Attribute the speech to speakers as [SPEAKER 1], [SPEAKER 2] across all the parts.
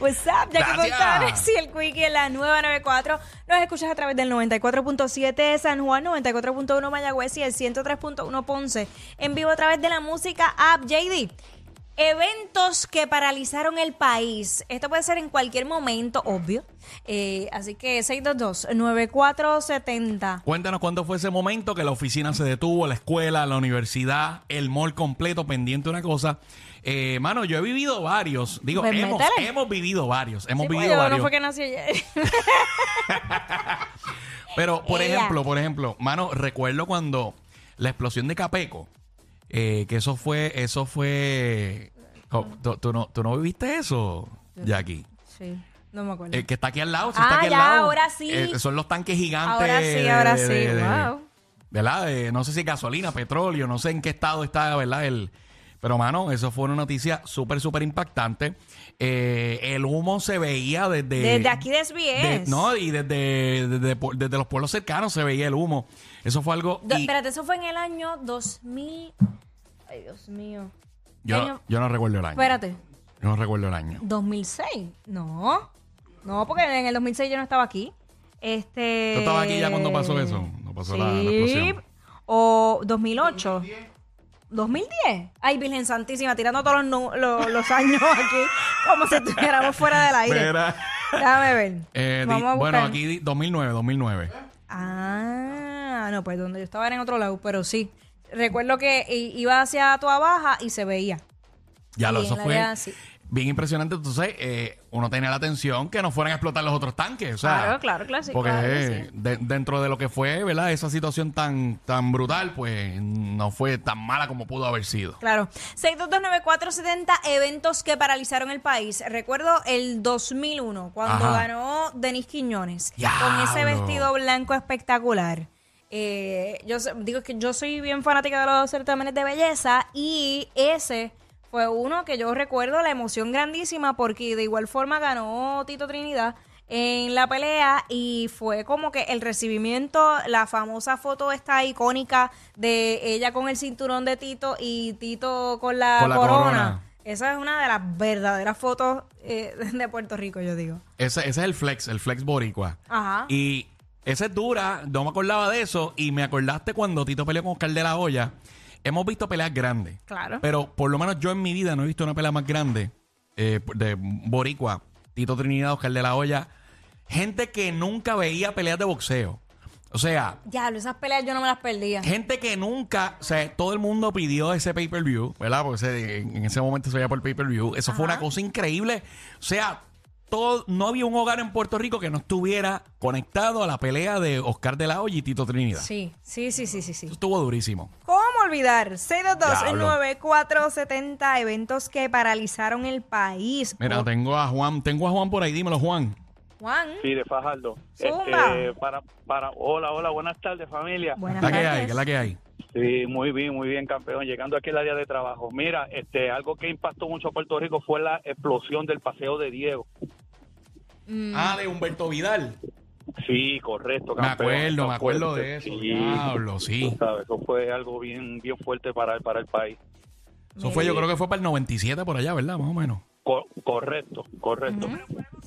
[SPEAKER 1] What's up, Jackie
[SPEAKER 2] Gracias.
[SPEAKER 1] Fontanes y el Quickie en la nueva 94. Nos escuchas a través del 94.7 de San Juan, 94.1 Mayagüez y el 103.1 Ponce. En vivo a través de la música App JD. Eventos que paralizaron el país. Esto puede ser en cualquier momento, obvio. Eh, así que 622-9470.
[SPEAKER 2] Cuéntanos cuándo fue ese momento que la oficina se detuvo, la escuela, la universidad, el mall completo pendiente de una cosa. Eh, mano, yo he vivido varios. Digo,
[SPEAKER 1] Pues
[SPEAKER 2] hemos,
[SPEAKER 1] métele.
[SPEAKER 2] hemos vivido varios. Hemos
[SPEAKER 1] Sí, pues,
[SPEAKER 2] vivido
[SPEAKER 1] yo
[SPEAKER 2] varios.
[SPEAKER 1] No fue que nací ayer.
[SPEAKER 2] Pero, por
[SPEAKER 1] Ella.
[SPEAKER 2] ejemplo, por ejemplo, mano, recuerdo cuando la explosión de Capeco, eh, que eso fue, eso fue. Oh, ¿tú, tú no, ¿Tú no viviste eso, Jackie?
[SPEAKER 1] sí, no me acuerdo.
[SPEAKER 2] Eh, que está aquí al lado, sí
[SPEAKER 1] Ah,
[SPEAKER 2] está aquí al
[SPEAKER 1] ya,
[SPEAKER 2] lado.
[SPEAKER 1] ahora sí.
[SPEAKER 2] Eh, son los tanques gigantes.
[SPEAKER 1] Ahora sí, ahora sí, wow.
[SPEAKER 2] ¿Verdad? De- no sé si gasolina, petróleo, no sé en qué estado está, ¿verdad? El, pero, mano, eso fue una noticia súper, súper impactante. Eh, el humo se veía desde...
[SPEAKER 1] Desde aquí de SBS.
[SPEAKER 2] de- no, y desde, desde, desde los pueblos cercanos se veía el humo. Eso fue algo...
[SPEAKER 1] Do-
[SPEAKER 2] y
[SPEAKER 1] espérate, eso fue en el año 2000. Ay, Dios mío.
[SPEAKER 2] yo,
[SPEAKER 1] año-
[SPEAKER 2] yo no recuerdo el año.
[SPEAKER 1] Espérate,
[SPEAKER 2] Yo no recuerdo el año.
[SPEAKER 1] 2006. No, no, porque en el 2006 yo no estaba aquí. Este.
[SPEAKER 2] ¿Tú estabas aquí ya cuando pasó eso? Cuando pasó la- la explosión.
[SPEAKER 1] O 2008. 2010. Ay, Virgen Santísima, tirando todos los, nu- lo- los años aquí, como si estuviéramos fuera del aire.
[SPEAKER 2] Mira,
[SPEAKER 1] Déjame ver.
[SPEAKER 2] eh, di-
[SPEAKER 1] Vamos a
[SPEAKER 2] bueno,
[SPEAKER 1] buscar.
[SPEAKER 2] aquí di- 2009, 2009.
[SPEAKER 1] Ah, no, pues donde yo estaba era en otro lado, pero sí. Recuerdo que i- iba hacia Toa Baja y se veía.
[SPEAKER 2] Ya lo,
[SPEAKER 1] Ahí en
[SPEAKER 2] eso
[SPEAKER 1] la
[SPEAKER 2] fue
[SPEAKER 1] área, sí.
[SPEAKER 2] bien impresionante. Entonces, eh, uno tenía la atención que no fueran a explotar los otros tanques. O sea,
[SPEAKER 1] Claro, claro, claro, sí,
[SPEAKER 2] Porque
[SPEAKER 1] claro que
[SPEAKER 2] eh, de- dentro de lo que fue, ¿verdad? Esa situación tan, tan brutal, pues no fue tan mala como pudo haber sido.
[SPEAKER 1] Claro. 6229470, eventos que paralizaron el país. Recuerdo el 2001, cuando
[SPEAKER 2] Ajá.
[SPEAKER 1] ganó Denis Quiñones, con ese
[SPEAKER 2] Diablo.
[SPEAKER 1] vestido blanco espectacular. Eh, yo so- digo que yo soy bien fanática de los certámenes de belleza y ese fue uno que yo recuerdo la emoción grandísima porque de igual forma ganó Tito Trinidad en la pelea y fue como que el recibimiento, la famosa foto esta icónica de ella con el cinturón de Tito y Tito con la,
[SPEAKER 2] Con la
[SPEAKER 1] corona.
[SPEAKER 2] corona.
[SPEAKER 1] Esa es una de las verdaderas fotos eh, de Puerto Rico, yo digo.
[SPEAKER 2] Ese, ese es el flex, el flex boricua.
[SPEAKER 1] Ajá.
[SPEAKER 2] Y esa es dura, no me acordaba de eso. Y me acordaste cuando Tito peleó con Oscar de la Hoya. Hemos visto peleas grandes.
[SPEAKER 1] Claro.
[SPEAKER 2] Pero por lo menos yo en mi vida no he visto una pelea más grande eh, de Boricua, Tito Trinidad, Oscar de la Hoya. Gente que nunca veía peleas de boxeo. O sea,
[SPEAKER 1] Diablo, esas peleas yo no me las perdía.
[SPEAKER 2] gente que nunca, o sea, todo el mundo pidió ese pay-per-view, ¿verdad? Porque ese- en ese momento se veía por pay-per-view. Eso fue una cosa increíble. O sea, todo, no había un hogar en Puerto Rico que no estuviera conectado a la pelea de Oscar de la Hoya y Tito Trinidad.
[SPEAKER 1] Sí, sí, sí, sí, sí, sí.
[SPEAKER 2] Eso estuvo durísimo.
[SPEAKER 1] ¿Cómo olvidar?
[SPEAKER 2] Diablo.
[SPEAKER 1] 622-9470, eventos que paralizaron el país.
[SPEAKER 2] Mira,
[SPEAKER 1] Oh,
[SPEAKER 2] tengo a Juan, tengo a Juan por ahí, dímelo, Juan.
[SPEAKER 1] Juan,
[SPEAKER 3] Sí, de Fajardo.
[SPEAKER 1] Zumba.
[SPEAKER 3] Este, para, para, hola, hola, buenas tardes, familia.
[SPEAKER 1] buenas
[SPEAKER 2] La que
[SPEAKER 1] tardes.
[SPEAKER 2] hay, que es la que hay.
[SPEAKER 3] Sí, muy bien, muy bien, campeón. Llegando aquí al área de trabajo. Mira, este, algo que impactó mucho a Puerto Rico fue la explosión del paseo de Diego.
[SPEAKER 2] Ah, de Humberto Vidal.
[SPEAKER 3] Sí, correcto,
[SPEAKER 2] Me
[SPEAKER 3] campeón.
[SPEAKER 2] acuerdo,
[SPEAKER 3] Eso
[SPEAKER 2] me acuerdo
[SPEAKER 3] fuerte,
[SPEAKER 2] de eso.
[SPEAKER 3] Sí,
[SPEAKER 2] Diablo,
[SPEAKER 3] Tú
[SPEAKER 2] sí.
[SPEAKER 3] sabes, eso fue algo bien, bien fuerte para, para el país.
[SPEAKER 2] Eso fue, yo creo que fue para el 97 por allá, ¿verdad? Más o menos.
[SPEAKER 3] Co- correcto, correcto,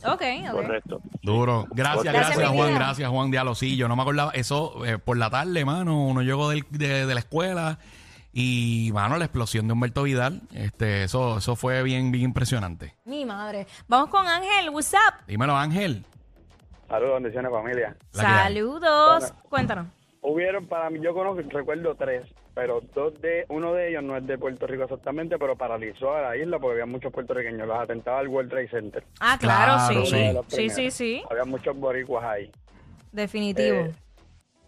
[SPEAKER 1] Ok, ok.
[SPEAKER 3] correcto.
[SPEAKER 2] Duro. Gracias,
[SPEAKER 3] Gracias,
[SPEAKER 2] gracias,
[SPEAKER 3] mi
[SPEAKER 2] Juan.
[SPEAKER 1] vida.
[SPEAKER 2] Gracias, Juan. Diablo, sí. Yo no me acordaba. Eso eh, por la tarde, mano. Uno llegó del- de, de la escuela y, mano, la explosión de Humberto Vidal. Este, eso, eso fue bien, bien impresionante.
[SPEAKER 1] Mi madre. Vamos con Ángel, what's up?
[SPEAKER 2] Dímelo, Ángel.
[SPEAKER 4] Saludos, bendiciones familia.
[SPEAKER 2] La que hay.
[SPEAKER 1] Saludos. Cuéntanos.
[SPEAKER 4] Hubieron para mí, yo conozco, recuerdo tres, pero dos de, uno de ellos no es de Puerto Rico exactamente, pero paralizó a la isla porque había muchos puertorriqueños. Los atentados al World Trade Center.
[SPEAKER 1] Ah, claro,
[SPEAKER 2] Claro,
[SPEAKER 4] Uno de
[SPEAKER 1] sí.
[SPEAKER 4] los
[SPEAKER 1] Sí,
[SPEAKER 4] primeros.
[SPEAKER 1] sí, sí.
[SPEAKER 4] Había muchos boricuas ahí.
[SPEAKER 1] Definitivo.
[SPEAKER 4] Eh,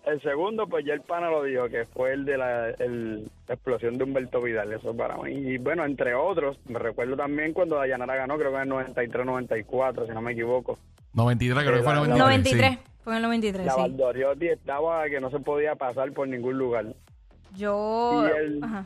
[SPEAKER 4] El segundo, pues ya el pana lo dijo, que fue el de la, el- la explosión de Humberto Vidal, eso para mí. Y bueno, entre otros, me recuerdo también cuando Dayanara ganó, creo que en el 93-94, si no me equivoco.
[SPEAKER 2] 93, creo que fue
[SPEAKER 4] Eh, la-
[SPEAKER 2] 93.
[SPEAKER 1] 93.
[SPEAKER 2] sí.
[SPEAKER 1] Fue en el 93,
[SPEAKER 4] La
[SPEAKER 1] sí.
[SPEAKER 4] Valdoriotti estaba que no se podía pasar por ningún lugar.
[SPEAKER 1] Yo.
[SPEAKER 4] Y el-
[SPEAKER 1] Ajá.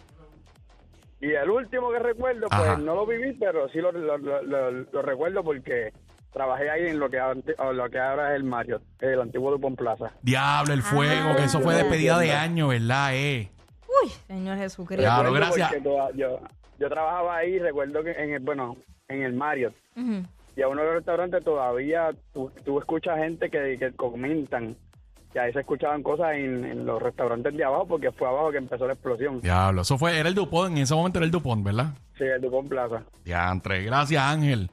[SPEAKER 4] Y el último que recuerdo, pues
[SPEAKER 2] Ajá.
[SPEAKER 4] no lo viví, pero sí lo, lo- lo- lo- lo recuerdo porque trabajé ahí en lo que, ante- o lo que ahora es el Mario, el antiguo Dupont Plaza.
[SPEAKER 2] Diablo, el fuego.
[SPEAKER 3] Ah,
[SPEAKER 2] que eso fue despedida de año, ¿verdad? Eh.
[SPEAKER 1] Uy, Señor Jesucristo.
[SPEAKER 2] Claro,
[SPEAKER 4] Recuerdo
[SPEAKER 2] gracias.
[SPEAKER 4] porque toda- yo, yo trabajaba ahí, recuerdo que en el, bueno, en el Mario.
[SPEAKER 1] Ujú.
[SPEAKER 4] Y a uno de los restaurantes todavía tú, tú escuchas gente que, que comentan que ahí se escuchaban cosas en, en los restaurantes de abajo porque fue abajo que empezó la explosión.
[SPEAKER 2] Diablo, eso fue, era el Dupont, en ese momento era el Dupont, ¿verdad?
[SPEAKER 4] Sí, el Dupont Plaza.
[SPEAKER 2] Diantre, gracias Ángel.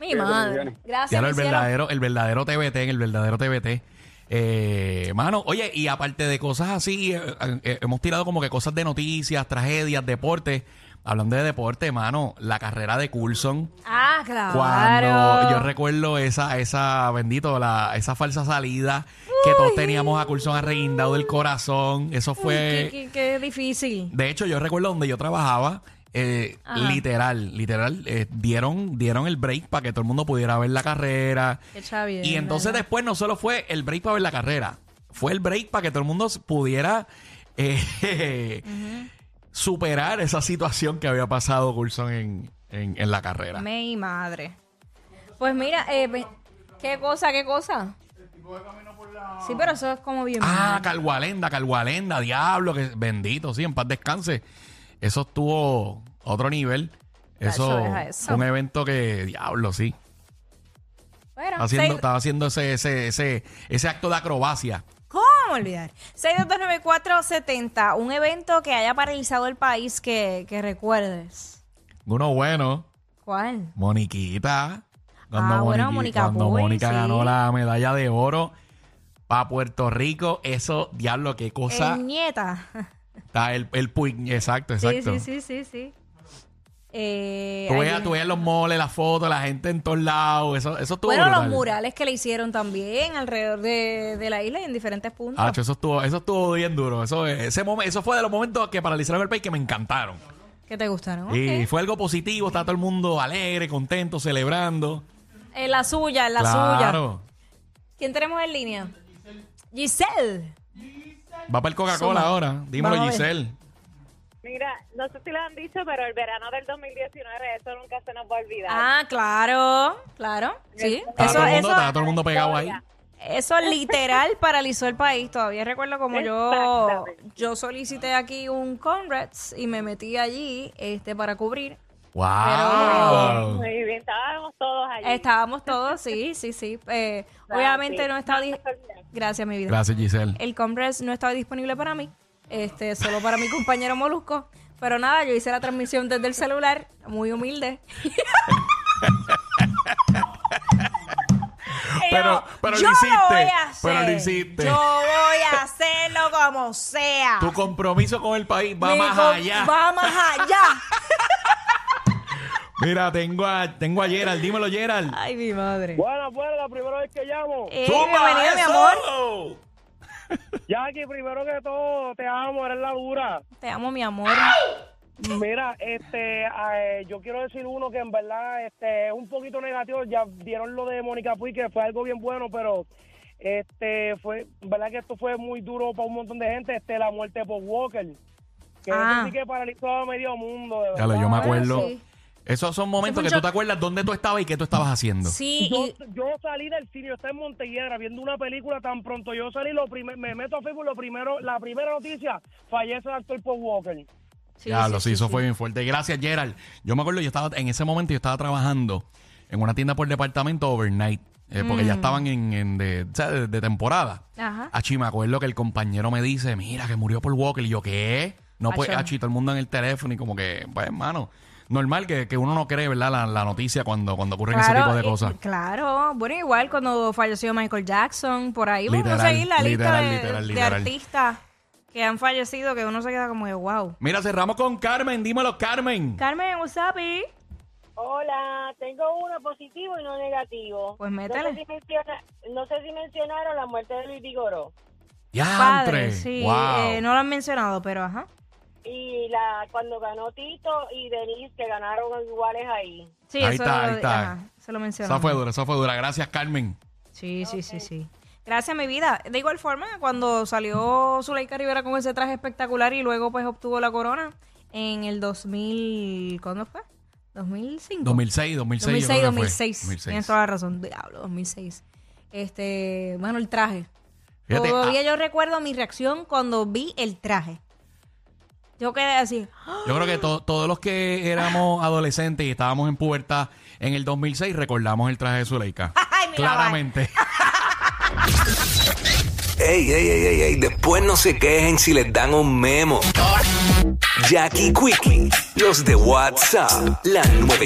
[SPEAKER 1] Mi
[SPEAKER 4] Sí,
[SPEAKER 1] madre.
[SPEAKER 4] bendiciones.
[SPEAKER 1] Gracias,
[SPEAKER 2] Diablo,
[SPEAKER 1] mi
[SPEAKER 2] el
[SPEAKER 1] cielo.
[SPEAKER 2] verdadero, el verdadero TBT, el verdadero TBT. Eh, mano, oye, y aparte de cosas así, eh, eh, hemos tirado como que cosas de noticias, tragedias, deportes. Hablando de deporte, mano, la carrera de Coulson.
[SPEAKER 1] Ah, claro.
[SPEAKER 2] Cuando yo recuerdo esa, esa, bendito, la, esa falsa salida que todos teníamos a Coulson arreguindado del corazón. Eso
[SPEAKER 1] Uy,
[SPEAKER 2] fue.
[SPEAKER 1] qué, qué- qué difícil.
[SPEAKER 2] De hecho, yo recuerdo donde yo trabajaba, eh,
[SPEAKER 1] Ajá.
[SPEAKER 2] literal, literal, eh, dieron, dieron el break para que todo el mundo pudiera ver la carrera.
[SPEAKER 1] Qué chavi,
[SPEAKER 2] Y
[SPEAKER 1] de
[SPEAKER 2] entonces
[SPEAKER 1] verdad.
[SPEAKER 2] después no solo fue el break para ver la carrera, fue el break para que todo el mundo pudiera eh, superar esa situación que había pasado Coulson en, en- en la carrera.
[SPEAKER 1] Mi madre. Pues mira, eh, ve- qué cosa, qué cosa. Sí, pero eso es como bien.
[SPEAKER 2] Ah,
[SPEAKER 1] malo.
[SPEAKER 2] Calgualenda, Calgualenda, diablo, que bendito, sí, en paz descanse. Eso estuvo a otro nivel.
[SPEAKER 1] Eso,
[SPEAKER 2] Eso,
[SPEAKER 1] deja eso.
[SPEAKER 2] fue un evento que, diablo, sí.
[SPEAKER 1] Bueno,
[SPEAKER 2] Haciendo,
[SPEAKER 1] seis-
[SPEAKER 2] Estaba haciendo ese, ese, ese, ese acto de acrobacia.
[SPEAKER 1] ¿Cómo olvidar? 6229470, un evento que haya paralizado el país que, que recuerdes.
[SPEAKER 2] Uno bueno,
[SPEAKER 1] ¿Cuál?
[SPEAKER 2] Moniquita. Cuando,
[SPEAKER 1] Ah, bueno,
[SPEAKER 2] Moniqui-
[SPEAKER 1] Mónica
[SPEAKER 2] cuando
[SPEAKER 1] Puig,
[SPEAKER 2] Mónica
[SPEAKER 1] sí.
[SPEAKER 2] ganó la medalla de oro para Puerto Rico, eso, diablo, qué cosa.
[SPEAKER 1] el nieta.
[SPEAKER 2] Está el, el Puig, exacto, exacto.
[SPEAKER 1] Sí, sí, sí, sí, sí. Eh,
[SPEAKER 2] Tú
[SPEAKER 1] ahí
[SPEAKER 2] veas,
[SPEAKER 1] viene.
[SPEAKER 2] tú veas los moles, las fotos, la gente en todos lados. Eso, eso estuvo
[SPEAKER 1] bueno, los
[SPEAKER 2] brutal.
[SPEAKER 1] murales que le hicieron también alrededor de, de la isla y en diferentes puntos.
[SPEAKER 2] Hacho, eso estuvo, eso estuvo bien duro. Eso, ese momen- eso fue de los momentos que paralizaron el país que me encantaron.
[SPEAKER 1] que te gustaron.
[SPEAKER 2] Y
[SPEAKER 1] ok.
[SPEAKER 2] fue algo positivo, está todo el mundo alegre, contento, celebrando.
[SPEAKER 1] En la suya, en la suya.
[SPEAKER 2] claro.
[SPEAKER 1] ¿Quién tenemos en línea? Giselle.
[SPEAKER 2] Va para el
[SPEAKER 1] Suma.
[SPEAKER 2] Coca-Cola ahora. Dímelo,
[SPEAKER 1] Vamos a ver.
[SPEAKER 2] Giselle.
[SPEAKER 5] Mira, no sé si lo han dicho, pero el verano del 2019, eso nunca se nos va a olvidar.
[SPEAKER 1] Ah, claro, claro. Sí.
[SPEAKER 2] Estaba
[SPEAKER 1] Eso,
[SPEAKER 2] todo, el mundo-
[SPEAKER 1] eso,
[SPEAKER 2] estaba todo el mundo pegado ahí.
[SPEAKER 1] eso literal paralizó el país. Todavía recuerdo como yo,
[SPEAKER 5] Exactamente.
[SPEAKER 1] yo solicité aquí un Conrads y me metí allí este, para cubrir. pues,
[SPEAKER 2] ¡Wow!
[SPEAKER 5] Muy bien, estábamos todos allí.
[SPEAKER 1] Estábamos todos, sí, sí, sí. Eh,
[SPEAKER 5] Claro,
[SPEAKER 1] obviamente
[SPEAKER 5] sí.
[SPEAKER 1] no estaba... di-
[SPEAKER 5] No se olvida.
[SPEAKER 1] Gracias, mi vida.
[SPEAKER 2] Gracias, Giselle.
[SPEAKER 1] El Converse no estaba disponible para mí, este, solo para mi compañero Molusco. Pero nada, yo hice la transmisión desde el celular, muy humilde. Y
[SPEAKER 2] Pero-
[SPEAKER 1] yo,
[SPEAKER 2] pero lo
[SPEAKER 1] yo
[SPEAKER 2] hiciste,
[SPEAKER 1] voy a hacer,
[SPEAKER 2] pero lo hiciste.
[SPEAKER 1] Yo voy a hacerlo como sea.
[SPEAKER 2] Tu compromiso con el país va
[SPEAKER 1] ah. Mi
[SPEAKER 2] más
[SPEAKER 1] com-
[SPEAKER 2] allá.
[SPEAKER 1] Va más allá.
[SPEAKER 2] Mira, tengo a, tengo a Gerald. Dímelo, Gerald.
[SPEAKER 1] Ay, mi madre.
[SPEAKER 4] Bueno, bueno, la primera vez que llamo.
[SPEAKER 1] Eh,
[SPEAKER 2] ¡Zumba,
[SPEAKER 1] bienvenido, mi
[SPEAKER 2] eso!
[SPEAKER 1] amor.
[SPEAKER 4] Jackie, primero que todo, te amo, eres la dura.
[SPEAKER 1] Te amo, mi amor.
[SPEAKER 4] Mira, este, eh, yo quiero decir uno que en verdad este, es un poquito negativo. Ya dieron lo de Mónica Puig, que fue algo bien bueno, pero este fue, en verdad que esto fue muy duro para un montón de gente. Este, la muerte de Paul Walker, que
[SPEAKER 1] Ah.
[SPEAKER 4] eso sí que paralizó a medio mundo. De
[SPEAKER 2] Dale,
[SPEAKER 4] verdad.
[SPEAKER 2] yo me acuerdo.
[SPEAKER 1] sí.
[SPEAKER 2] Esos son
[SPEAKER 1] Fue
[SPEAKER 2] momentos
[SPEAKER 1] un
[SPEAKER 2] que
[SPEAKER 1] shock.
[SPEAKER 2] tú te acuerdas dónde tú estabas y qué tú estabas haciendo.
[SPEAKER 1] Sí,
[SPEAKER 4] Yo,
[SPEAKER 1] y-
[SPEAKER 4] yo salí del cine, yo estaba en Montelledra viendo una película tan pronto. Yo salí, lo primer, me meto a Facebook, lo primero, la primera noticia, fallece el actor Paul Walker.
[SPEAKER 1] sí,
[SPEAKER 2] ya
[SPEAKER 1] sí,
[SPEAKER 2] lo sí,
[SPEAKER 1] sí,
[SPEAKER 2] eso
[SPEAKER 1] sí.
[SPEAKER 2] fue bien fuerte. Gracias, Gerald. Yo me acuerdo, yo estaba en ese momento yo estaba trabajando en una tienda por departamento overnight, eh, porque ya estaban en, en de, o sea, de- de temporada.
[SPEAKER 1] Mm. Ajá.
[SPEAKER 2] Achi, me acuerdo que el compañero me dice, mira, que murió por Walker. Y yo, ¿qué? No, pues,
[SPEAKER 1] Acho.
[SPEAKER 2] Achi, todo el mundo en el teléfono y como que, pues, hermano, normal que, que uno no cree, ¿verdad? La, la noticia cuando, cuando ocurren ese tipo de
[SPEAKER 1] eh, y-
[SPEAKER 2] cosas.
[SPEAKER 1] claro, bueno, igual cuando falleció Michael Jackson, por ahí vamos a
[SPEAKER 2] Literal,
[SPEAKER 1] seguir la lista
[SPEAKER 2] literal,
[SPEAKER 1] de,
[SPEAKER 2] literal,
[SPEAKER 1] de
[SPEAKER 2] literal.
[SPEAKER 1] artistas que han fallecido que uno se queda como de wow.
[SPEAKER 2] Mira, cerramos con Carmen. Dímelo, Carmen.
[SPEAKER 1] Carmen Usapi,
[SPEAKER 5] Hola, tengo uno positivo y no negativo.
[SPEAKER 1] Pues
[SPEAKER 5] No sé
[SPEAKER 1] métele.
[SPEAKER 5] si, menciona- no sé si mencionaron la muerte de Luis Vigoro
[SPEAKER 1] padre,
[SPEAKER 2] ¡Diantre!
[SPEAKER 1] sí,
[SPEAKER 2] ¡Wow!
[SPEAKER 1] eh, no lo han mencionado, pero ajá.
[SPEAKER 5] y la cuando ganó Tito y Denise, que ganaron iguales ahí.
[SPEAKER 1] Sí,
[SPEAKER 2] Ahí
[SPEAKER 1] eso
[SPEAKER 2] está,
[SPEAKER 1] lo,
[SPEAKER 2] ahí está.
[SPEAKER 1] ajá, se lo mencionó.
[SPEAKER 2] esa fue dura, esa fue dura. Gracias, Carmen.
[SPEAKER 1] Sí, sí, sí, sí. Gracias, mi vida. De igual forma, cuando salió Zuleika Rivera con ese traje espectacular y luego pues obtuvo la corona en el 2000, ¿cuándo fue? 2005.
[SPEAKER 2] 2006, 2006. yo
[SPEAKER 1] 2006,
[SPEAKER 2] creo que fue.
[SPEAKER 1] 2006. Tienes toda la razón, diablo, 2006. Este, bueno, el traje.
[SPEAKER 2] Fíjate,
[SPEAKER 1] Todavía
[SPEAKER 2] ah,
[SPEAKER 1] yo recuerdo mi reacción cuando vi el traje. Yo quedé así.
[SPEAKER 2] yo creo que to- todos los que éramos adolescentes y estábamos en pubertad En el 2006 recordamos el traje de Zuleika.
[SPEAKER 1] Ay, mira,
[SPEAKER 2] Claramente.
[SPEAKER 6] Ey, ey, ey, ey, ey, después no se quejen si les dan un memo. Jackie Quickie, los de WhatsApp, la 9.